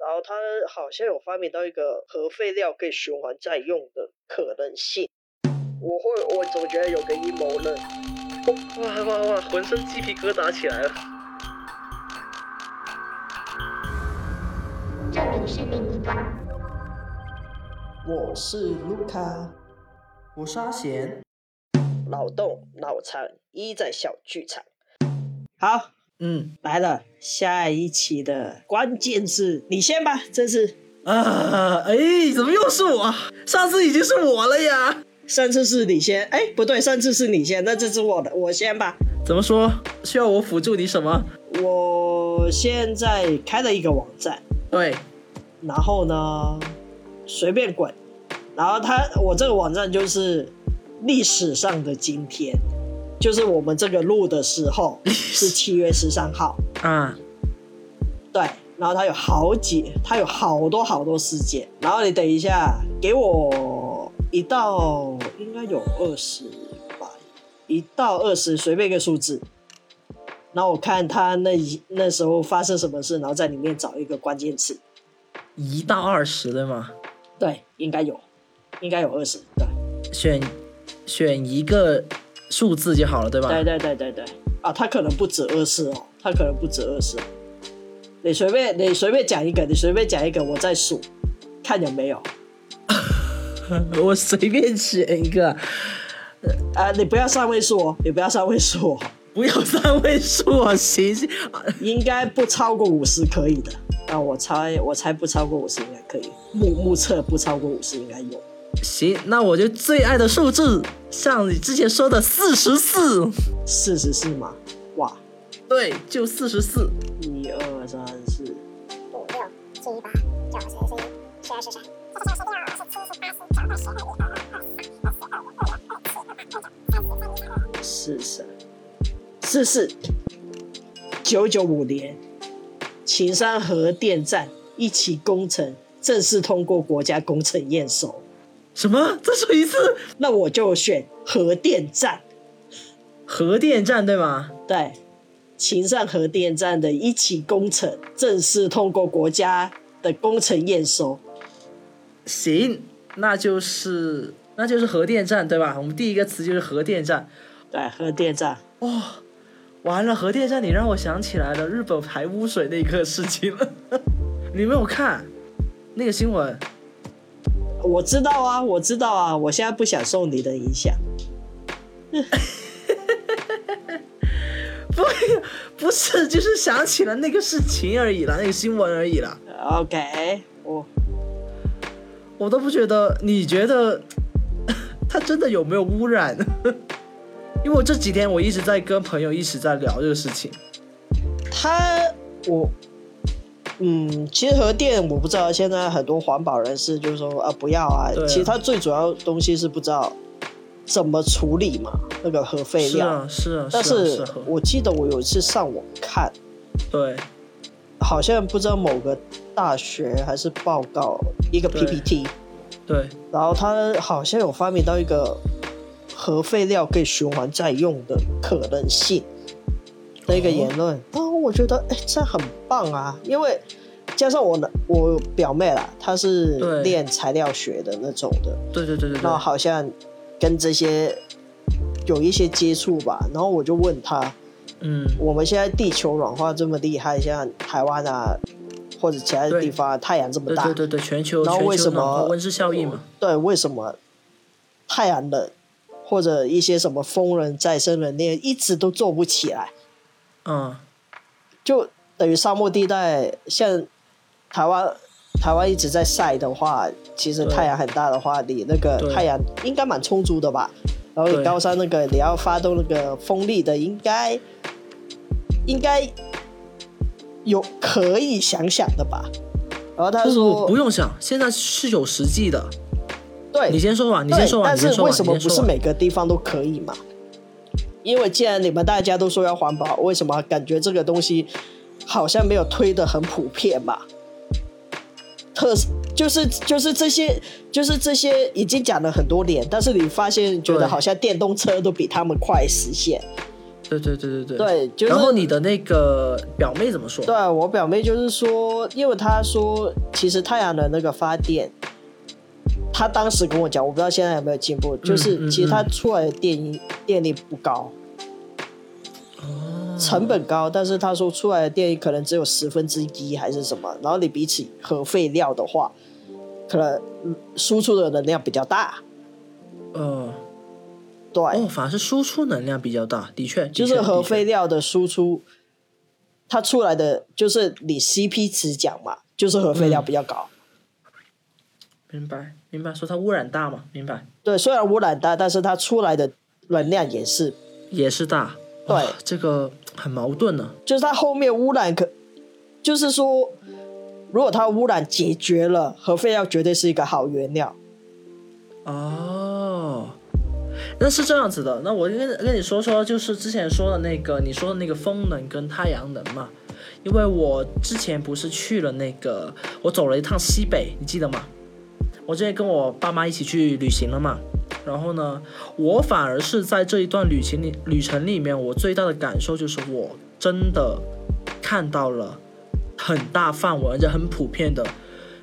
后他好像有发明到一个核废料可以循环再用的可能性。我会，我总觉得有个阴谋论。哇哇哇！浑身鸡皮疙瘩起来了。这里是另一端，我是卢卡，我是阿贤。脑洞、脑残一在小剧场。好，嗯来了，下一期的关键字，你先吧，这次啊，哎，怎么又是我？上次已经是我了呀。上次是你先，哎，不对，上次是你先，那这次我的，我先吧。怎么说？需要我辅助你什么？我现在开了一个网站，对，然后呢，随便滚，然后它我这个网站就是历史上的今天，就是我们这个录的时候是七月十三号，啊，对，然后它有好几，它有好多好多事件，然后你等一下给我一到应该有二十吧，一到二十随便一个数字。然后我看他那一那时候发生什么事，然后在里面找一个关键词，一到二十对吗？对，应该有，应该有二十，对，选选一个数字就好了，对吧？对对对对对，啊，他可能不止二十哦，他可能不止二十。你随便你随便讲一个，你随便讲一个，我再数，看有没有。 我随便选一个，啊、你不要上位数哦，你不要上位数哦， 不要三位数啊，行行。应该不超过五十可以的。啊，我猜我猜不超过五十应该可以，目目测不超过五十应该有。行，那我就最爱的数字，像你之前说的四十四。四十四嘛，哇，对，就四十四。一二三四，五六七八九十十一十二十三。这个是第二十七十八十九二十二一二二二三二四二五二六二七二八二九三十三十一二四十，四四，九九五年，秦山核电站一期工程正式通过国家工程验收。什么？再说一次，那我就选核电站，核电站对吗？对，秦山核电站的一期工程正式通过国家的工程验收。行，那就是那就是核电站对吧？我们第一个词就是核电站。对，核电站，哇、完了，核电站你让我想起来了日本排污水那个事情了。 你没有看那个新闻？我知道啊，我知道啊，我现在不想受你的影响。不，不是，就是想起了那个事情而已了，那个新闻而已了。 OK，我我都不觉得，你觉得 它真的有没有污染？ 因为我这几天我一直在跟朋友一直在聊这个事情。它我，嗯，其实核电我不知道，现在很多环保人士就说啊不要啊，对啊其实它最主要东西是不知道怎么处理嘛，那个核废是料。啊，是啊，但是啊是是啊我记得我有一次上网看，对好像不知道某个大学还是报告一个对 PPT，对，然后它好像有发明到一个核废料可以循环再用的可能性的一哦个言论。然后我觉得，哎，这样很棒啊，因为加上我呢，我表妹啦，她是对练材料学的那种的，对对对对对然后好像跟这些有一些接触吧。然后我就问她，嗯，我们现在地球软化这么厉害，像台湾啊或者其他的对地方啊，太阳这么对大，对对对，全球然后为全球什暖化么温室效应嘛？对，为什么太阳能或者一些什么风能、再生能那些一直都做不起来？嗯，就等于沙漠地带，像台湾，台湾一直在晒的话，其实对太阳很大的话，你那个对太阳应该蛮充足的吧？然后你对高山那个你要发动那个风力的，应该应该有可以想想的吧？然后他不说不不用想，现在是有实际的。对，你先说完，你对，先说完，但你先是说为完，什你么不先说是完。每个地方都可以嘛？因为既然你们大家都说要环保，为什么感觉这个东西好像没有推的很普遍嘛？特就是就是这些就是这些已经讲了很多年，但是你发现觉对得好像电动车都比他们快实现，对对对对对。对就是然后你的那个表妹怎么说？对啊我表妹就是说，因为她说，其实太阳能那个发电，她当时跟我讲，我不知道现在有没有进步，就嗯是嗯其实它出来的电电力不高，哦成本高，但是她说出来的电力可能只有十分之一还是什么，然后你比起核废料的话，可能嗯输出的能量比较大，呃对，哦，反而是输出能量比较大，的确，的哎就是确核的确废料的输出，它出来的就是你 CP 值讲嘛，就是核废料比较高。明白明白，说它污染大嘛，明白对，虽然污染大，但是它出来的能量也是，也是大。对哇这个很矛盾呢、就是它后面污染可，就是说，如果它污染解决了，核废料绝对是一个好原料。哦，那是这样子的，那我跟跟你说说，就是之前说的那个，你说的那个风能跟太阳能嘛，因为我之前不是去了那个，我走了一趟西北，你记得吗？我之前跟我爸妈一起去旅行了嘛，然后呢，我反而是在这一段旅行里旅程里面，我最大的感受就是我真的看到了很大范围而且很普遍的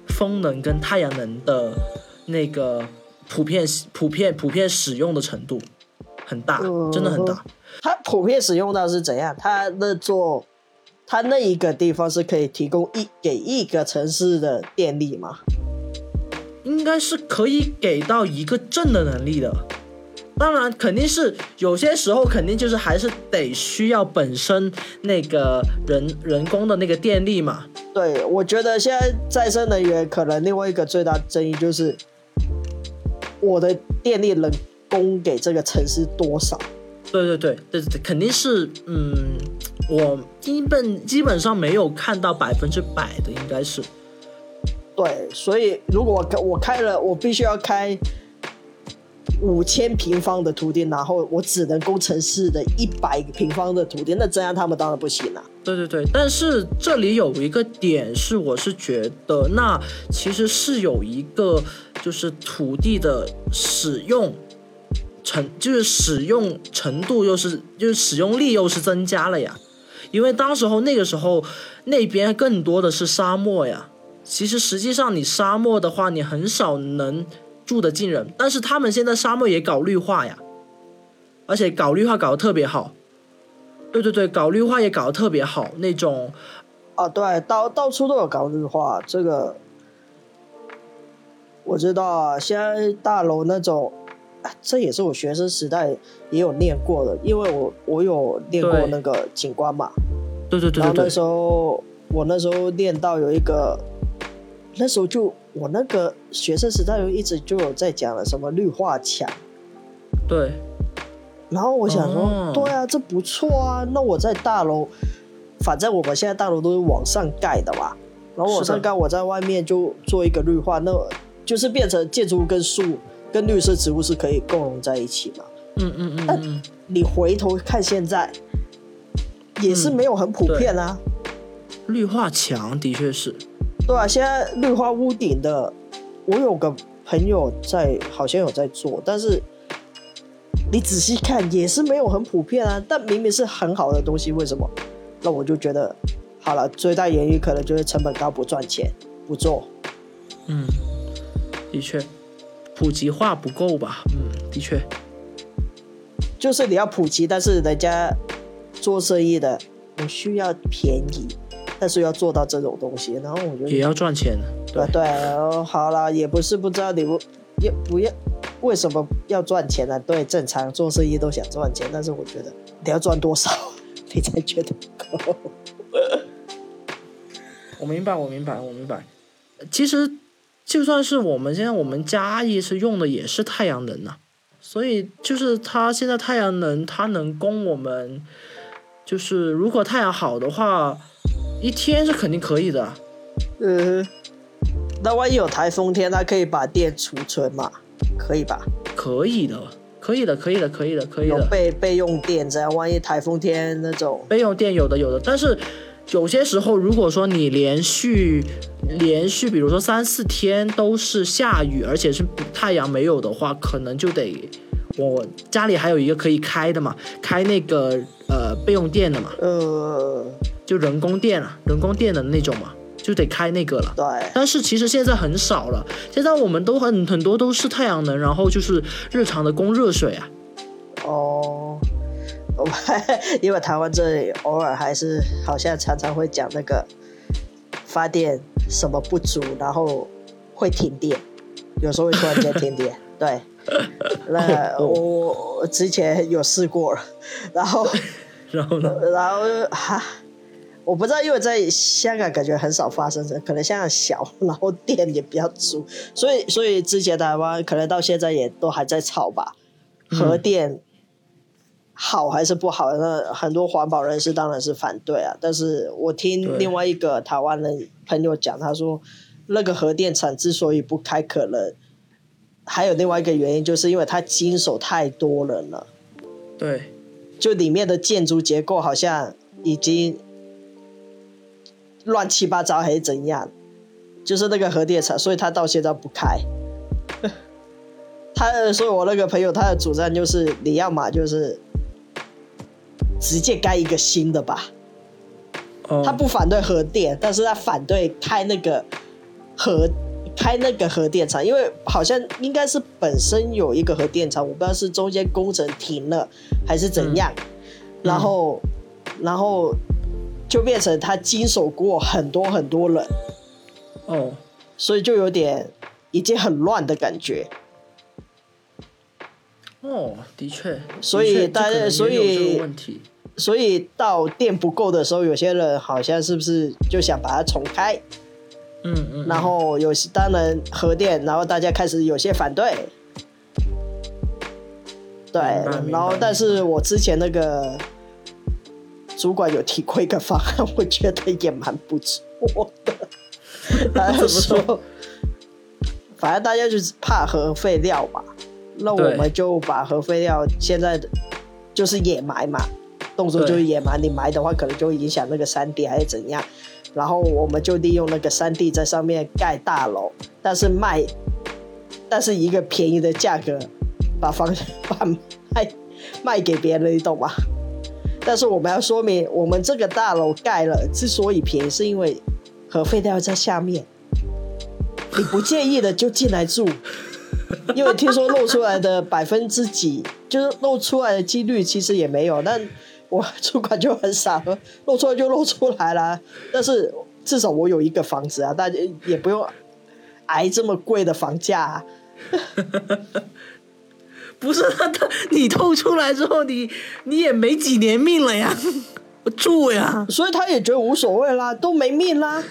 风能跟太阳能的那个普遍普遍普遍使用的程度很大，真的很大。它普遍使用到是怎样？它那座，它那一个地方是可以提供一给一个城市的电力嘛？应该是可以给到一个正的能力的。当然，肯定是有些时候肯定就是还是得需要本身那个人人工的那个电力嘛。对，我觉得现在再生能源可能另外一个最大争议就是，我的电力能供给这个城市多少？对对对对对，肯定是嗯，我基本基本上没有看到百分之百的，应该是对，所以如果我开我开了，我必须要开五千平方的土地，然后我只能工程师的一百平方的土地，那这样他们当然不行啊了、对对对，但是这里有一个点是，我是觉得那其实是有一个就是土地的使用程，就是使用程度又是就是使用率又是增加了呀，因为当时候那个时候那边更多的是沙漠呀，其实实际上你沙漠的话，你很少能住得进人，但是他们现在沙漠也搞绿化呀，而且搞绿化搞得特别好。对对对，搞绿化也搞得特别好，那种啊。对，到到处都有搞绿化，这个我知道啊。现在大楼那种，啊这也是我学生时代也有练过的，因为我我有练过对那个景观嘛。对对对然后对那对，时候我那时候练到有一个，那时候就我那个学生时代有一直就有在讲了什么绿化墙，对然后我想说，哦对啊，这不错啊，那我在大楼，反正我们现在大楼都是往上盖的嘛，然后往是上的盖，我在外面就做一个绿化，那就是变成建筑物跟树跟绿色植物是可以共融在一起嘛。嗯嗯嗯嗯，你回头看现在，也是嗯没有很普对遍啊。绿化墙的确是，对啊，现在绿化屋顶的，我有个朋友在，好像有在做，但是你仔细看也是没有很普遍啊。但明明是很好的东西，为什么？那我就觉得，好了，最大原因可能就是成本高，不赚钱，不做。嗯，的确，普及化不够吧，嗯，的确，就是你要普及，但是人家做生意的，我需要便宜，但是要做到这种东西，然后我觉得也要赚钱，啊对，对，哦好啦，也不是不知道你不也不要为什么要赚钱呢、对，正常做生意都想赚钱，但是我觉得你要赚多少， 你才觉得够。我明白，我明白，我明白。其实，就算是我们现在我们家阿姨是用的也是太阳能呐、所以就是它现在太阳能它能供我们，就是如果太阳好的话，一天是肯定可以的啊。嗯，那万一有台风天，它可以把电储存嘛？可以吧？可以的，可以的，可以的，可以的，可以有的。备备用电，这样万一台风天那种，备用电有的有的，但是有些时候，如果说你连续连续，比如说三四天都是下雨，而且是太阳没有的话，可能就得我家里还有一个可以开的嘛，开那个呃备用电了嘛，呃，就人工电了，人工电的那种嘛，就得开那个了。对，但是其实现在很少了，现在我们都很很多都是太阳能，然后就是日常的供热水啊。哦，我们因为台湾这里偶尔还是好像常常会讲那个发电什么不足，然后会停电，有时候会突然间停电。对，那哦我我之前有试过了，然后然后呢？然后哈。我不知道，因为在香港感觉很少发生，可能香港小，然后电也比较足，所以所以之前台湾可能到现在也都还在吵吧。核电好还是不好？那很多环保人士当然是反对啊。但是我对听另外一个台湾的朋友讲，他说那个核电厂之所以不开，可能还有另外一个原因，就是因为它经手太多人了，对，就里面的建筑结构好像已经乱七八糟还是怎样，就是那个核电厂，所以他到现在不开。他所以，我那个朋友他的主张就是，你要嘛就是直接盖一个新的吧。哦，他不反对核电，但是他反对开那个核开那个核电厂，因为好像应该是本身有一个核电厂，我不知道是中间工程停了还是怎样，然后、然后就变成他经手过很多很多人，哦，所以就有点已经很乱的感觉。哦，的确，所以的确这大家可能也有所以这个问题，所以到电不够的时候，有些人好像是不是就想把它重开？嗯嗯，然后有些当然核电，然后大家开始有些反对，对明白明白，然后但是我之前那个主管有提过一个方案，我觉得也蛮不错 的，他就说，反正大家就是怕核废料嘛，那我对们就把核废料现在就是掩埋嘛，动作就是对掩埋，你埋的话可能就会影响那个山地还啊是怎样。然后我们就利用那个山地在上面盖大楼，但是卖，但是一个便宜的价格把房把卖卖给别人，你懂吗？但是我们要说明，我们这个大楼盖了之所以便宜，是因为核废料在下面，你不介意的就进来住，因为听说漏出来的百分之几，就是漏出来的几率其实也没有，但我主管就很傻了，露出来就露出来啦。但是至少我有一个房子啊，大家也不用挨这么贵的房价、啊。不是他他你透出来之后，你你也没几年命了呀， 我住呀，所以他也觉得无所谓啦，都没命啦。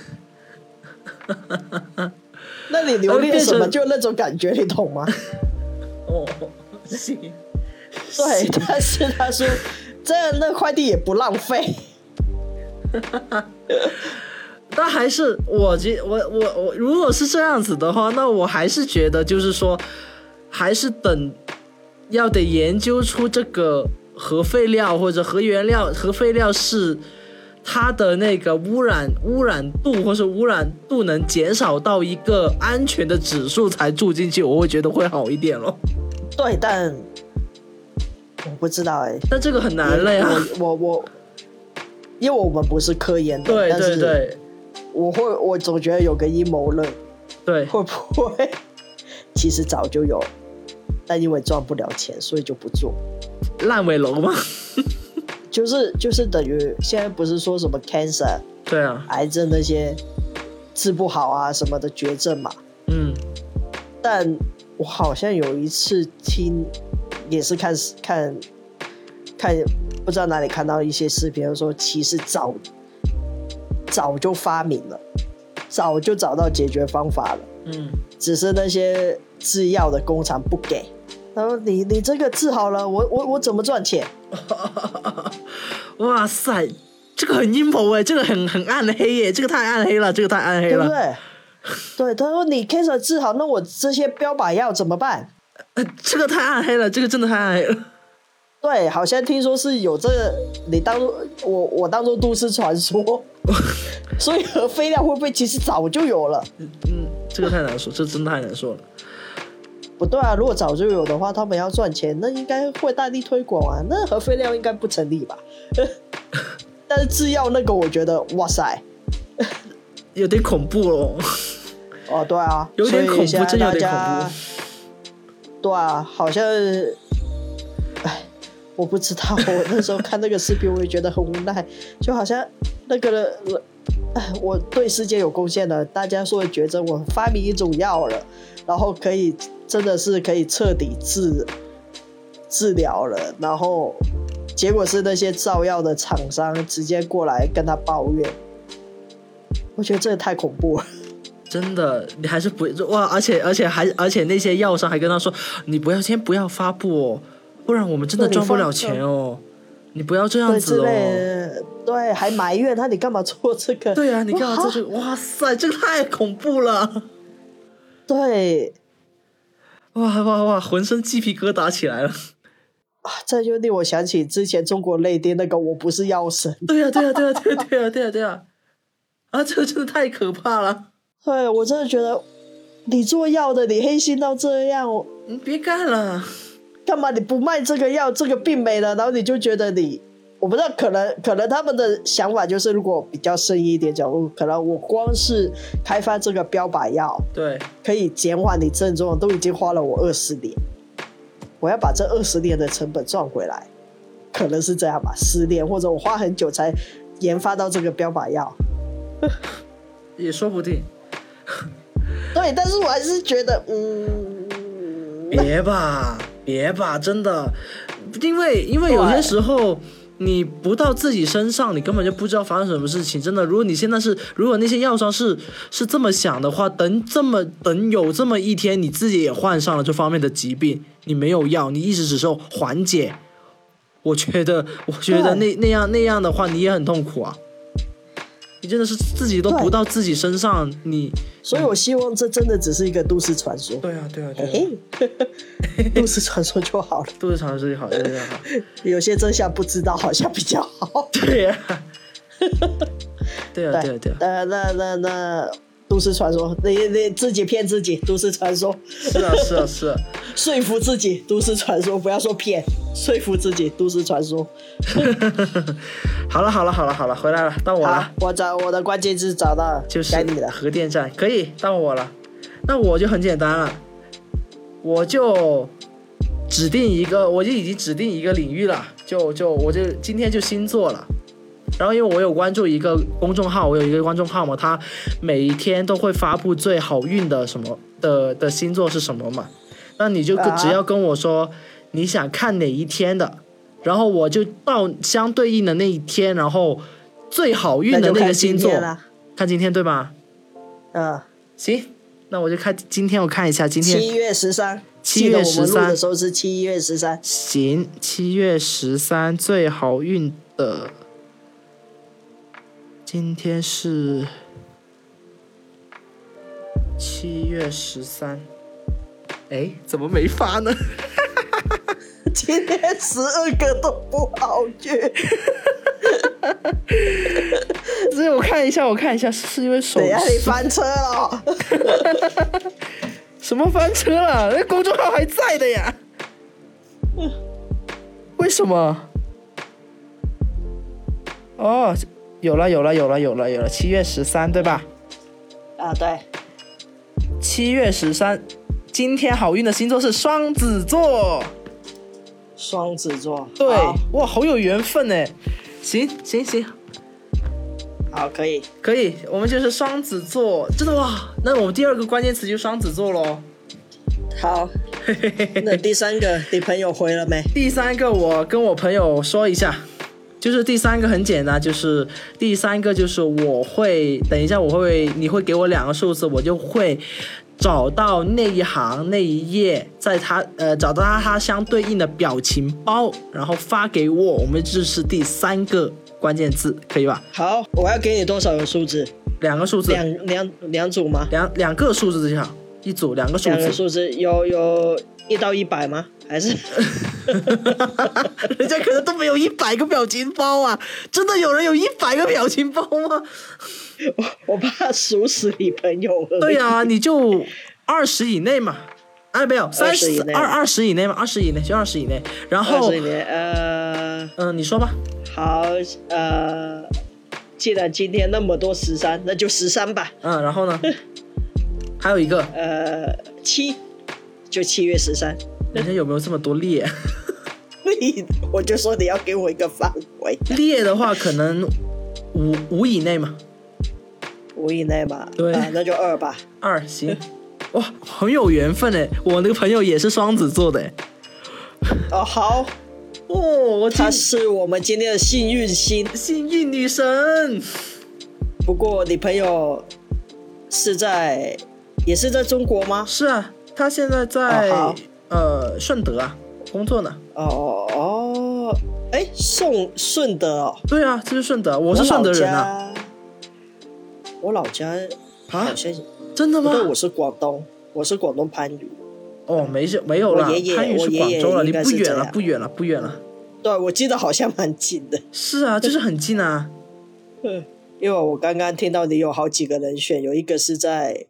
那你留恋什呃么？变成就那种感觉，你懂 吗？哦，行，对， 但是他说这样那快递也不浪费。但还是我觉我我我，如果是这样子的话，那我还是觉得就是说，还是等要得研究出这个核废料或者核原料，核废料是它的那个污染污染度或是污染度能减少到一个安全的指数才住进去，我会觉得会好一点咯。对，但我不知道哎、但这个很难了呀。我我我，因为我们不是科研的，对但对是对我会，我总觉得有个阴谋论， 对，会不会其实早就有，但因为赚不了钱，所以就不做。烂尾楼嘛。就是就是等于现在不是说什么 cancer 对啊，癌症那些治不好啊什么的绝症嘛，嗯，但我好像有一次听，也是看看看，不知道哪里看到一些视频，说其实早早就发明了，早就找到解决方法了。嗯，只是那些制药的工厂不给。他说：“你你这个治好了，我我我怎么赚钱？ 哇塞，这个很阴谋哎，这个很很暗黑耶，这个太暗黑了，这个太暗黑对不了。对？对，他说你 cancer 治好，那我这些标靶药怎么办？呃这个太暗黑了，这个真的太暗黑了。 对，好像听说是有这你当做我我当做都市传说，所以核废料会不会其实早就有了？嗯，这个太难说，这真的太难说了。不对啊，如果早就有的话，他们要赚钱，那应该会大力推广啊。那核废料应该不成立吧？ 但是制药那个，我觉得哇塞，有点恐怖哦。 哦对啊，有所点以恐怖现在真有点大家恐对啊，好像，哎，我不知道，我那时候看那个视频，我也觉得很无奈，就好像那个人，哎，我对世界有贡献了，大家说的觉着我发明一种药了，然后可以真的是可以彻底治治疗了，然后结果是那些造药的厂商直接过来跟他抱怨，我觉得这也太恐怖了。真的，你还是不哇，而且而且还而且那些药商还跟他说，你不要先不要发布哦，不然我们真的对你赚不发了布钱哦，你不要这样对之子类哦。的，对，还埋怨他，你干嘛做这个？对啊，你干嘛哇这就哇塞，这个太恐怖了！ 对哇哇哇，浑身鸡皮疙瘩起来了。啊，这就令我想起之前中国内地那个“我不是药神 对啊对啊对啊对啊对啊对啊对啊！啊，这个真的太可怕了！”，对我真的觉得你做药的，你黑心到这样，我你嗯别干了。干嘛你不卖这个药，这个病没了，然后你就觉得你。我不知道，可能可能他们的想法就是，如果比较深一点角度，可能我光是开发这个标靶药，对，可以减缓你症状，都已经花了我二十年，我要把这二十年的成本赚回来，可能是这样吧，十年或者我花很久才研发到这个标靶药。也说不定。对，但是我还是觉得，嗯，别吧，别吧，真的，因为因为有些时候。你不到自己身上，你根本就不知道发生什么事情。真的，如果你现在是，如果那些药商是是这么想的话，等这么等有这么一天，你自己也患上了这方面的疾病，你没有药，你一直只是缓解。我觉得，我觉得那那样那样的话，你也很痛苦啊。你真的是自己都对不到自己身上，你所以我希望这真的只是一个都市传说，对啊对啊对嘿啊，嘿， 都市传说就好了。肚子长的自己好，对啊好。有些真相不知道，好像比较好。对呀、对呀、对呀、啊对呀、那那那那都市传说，你你自己骗自己，都市传说。是啊，是啊，是啊， 说服自己都市传说，不要说骗，说服自己都市传说。好了，好了，好了，好了，回来了，到我好了，，我找我的关键字找到了，就是该你了。核电站，可以到我了，那我就很简单了，我就指定一个，我就已经指定一个领域了，就就我就今天就星座了。然后因为我有关注一个公众号，我有一个公众号嘛，它每一天都会发布最好运的什么的的星座是什么嘛。那你就跟啊只要跟我说你想看哪一天的，然后我就到相对应的那一天，然后最好运的就那看个星今座，天了。看今天对吧？嗯，行，那我就看今天，我看一下今天七月十三，七月记得我们录13的时候是七月十三。 行，七月十三最好运的，今天是七月十三。哎，怎么没发呢？今天十二个都不好运， 所以我看一下，我看一下，是因为手等一下你翻车了。 什么翻车了？那公众号还在的呀？为什么？哦，有了，有了，有了，有了，有了，七月十三对吧？啊，对，七月十三，今天好运的星座是双子座。双子座。对好，哇，好有缘分哎！行行行，好，可以。可以，我们就是双子座，真的哇！那我们第二个关键词就是双子座喽。 好，那第三个，你朋友回了没？第三个，我跟我朋友说一下，就是第三个很简单，就是第三个就是我会等一下我会你会给我两个数字，我就会找到那一行那一页，在它呃找到它它相对应的表情包，然后发给我，我们这是第三个关键字，可以吧？好，我要给你多少个数字？两个数字，两两两组吗？两两个数字就好，一组两个数两个字。数字有有一到一百吗？还 是 人家可能都没有一百个表情包啊！真的有人有一百个表情包吗？我怕数死你朋友而已啊对呀、你就二十以内嘛，哎，没有三20以十内二二十以内吗？二十以内就二十以内。然二后十，年，呃，嗯、你说吧。好，呃，既然今天那么多十三，那就十三吧，嗯，然后呢？还有一个，呃，七，就七月十三。 人家有没有这么多裂？你我就说你要给我一个范围，裂的话可能五五以内嘛，五以内吧，对啊那就二吧。二行。哇，很有缘分哎！我那个朋友也是双子座的诶哦，好，哦，我她真是我们今天的幸运星。幸运女神。不过你朋友是在，也是在中国吗？是啊，她现在在、哦好呃顺德啊工作呢。哦哦，哎，宋顺德哦，对啊，这是顺德，我我是顺德人啊。啊。我老家啊好，像真的不吗？对，我是广东，我是广东番禺。哦，没事，没有啦我爷。爷番禺我是爷广爷州了，应离该不是远这了，样嗯不远了，不远了。对，我记得好像蛮近的。 是啊，就是很近啊。嗯，因为我刚刚听到你有好几个人选，有一个是在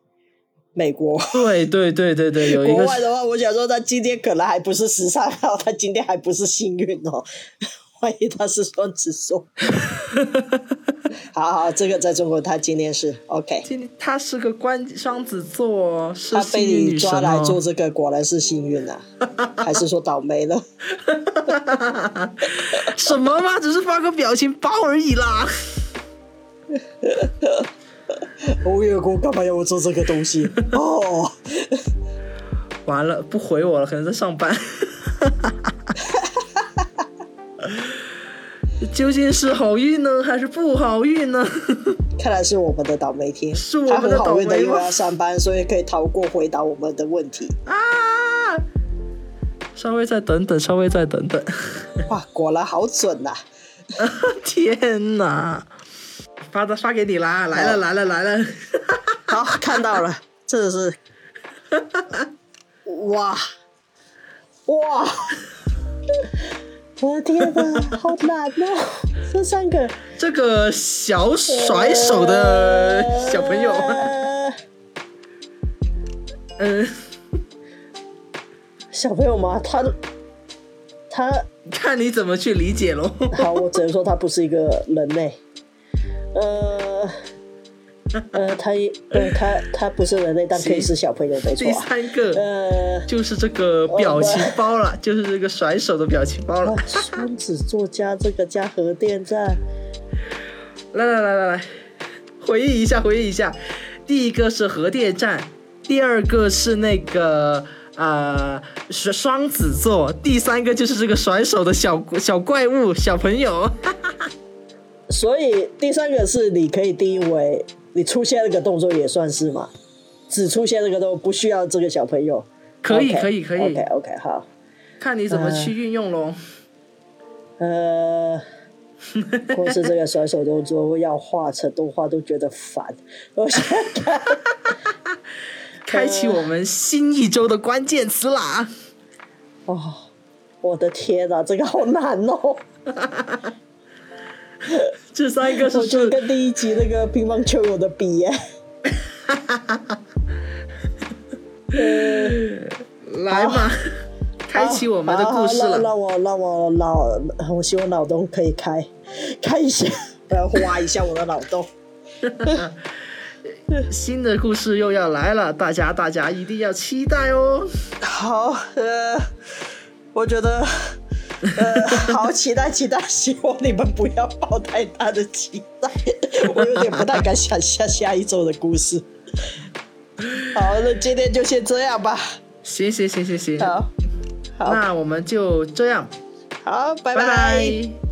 美国。对对对对对，有一国个外是的话，我想说他今天可能还不是十 三号，他今天还不是幸运哦，万一他是双子座。 好好，这个在中国他今天是 OK，今天她是个关双子座哦，是他幸被运你女神抓来做哦。这个，果然是幸运 啊，还是说倒霉了？什么嘛，只是发个表情包而已啦。无缘无故干嘛要我做这个东 西？哦，完了，不回我了，可能在上班。 究竟是好运呢，还是不好运呢？ 看来是我们的倒霉天，是我他们的很好运倒霉的，因为吗要上班，所以可以逃过回答我们的问 题。啊！稍微再等等，稍微再等等。哇，果然好准啊呐、 天哪！发的发给你啦，来了来了来了！ 好，看到了，真的是，哇哇！ 我的天哪，好难哦！这三 个这个小甩手的哦小朋友，呃 嗯，小朋友吗？他他看你怎么去理解喽。好，我只能说他不是一个人类。呃呃，他也呃他他不是人类，但可以是小朋友，没错第啊。三个呃，就是这个表情包哦了，就是这个甩手的表情包了啊。双子座加这个加核电站，来来来来来，回忆一下，回忆一下。第一个是核电站，第二个是那个呃是双子座，第三个就是这个甩手的小小怪物小朋友。所以第三个是你可以定义为你出现那个动作也算是嘛，只出现那个动作不需要这个小朋友。可以 OK，可以可以 OK OK 好，看你怎么去运用喽。呃。光是这个甩手动作要画成动画都觉得烦，我想看呃开启我们新一周的关键词啦！哦，我的天哪，这个好难哦！这三个我是觉得是跟第一集那个乒乓球有的比耶。来嘛，开启我们的故事哦好好了。啊让我让我脑，我希望脑洞可以开开一下， 呃，挖一下我的脑洞。新的故事又要来了，大家大家一定要期待哦！好，呃，我觉得，呃， 好期待期待，希望你们不要抱太大的期待，我有点不太敢想象下一周的故 事。好，那今天就先这样吧。行行行行行，好，好，那我们就这样，好，拜拜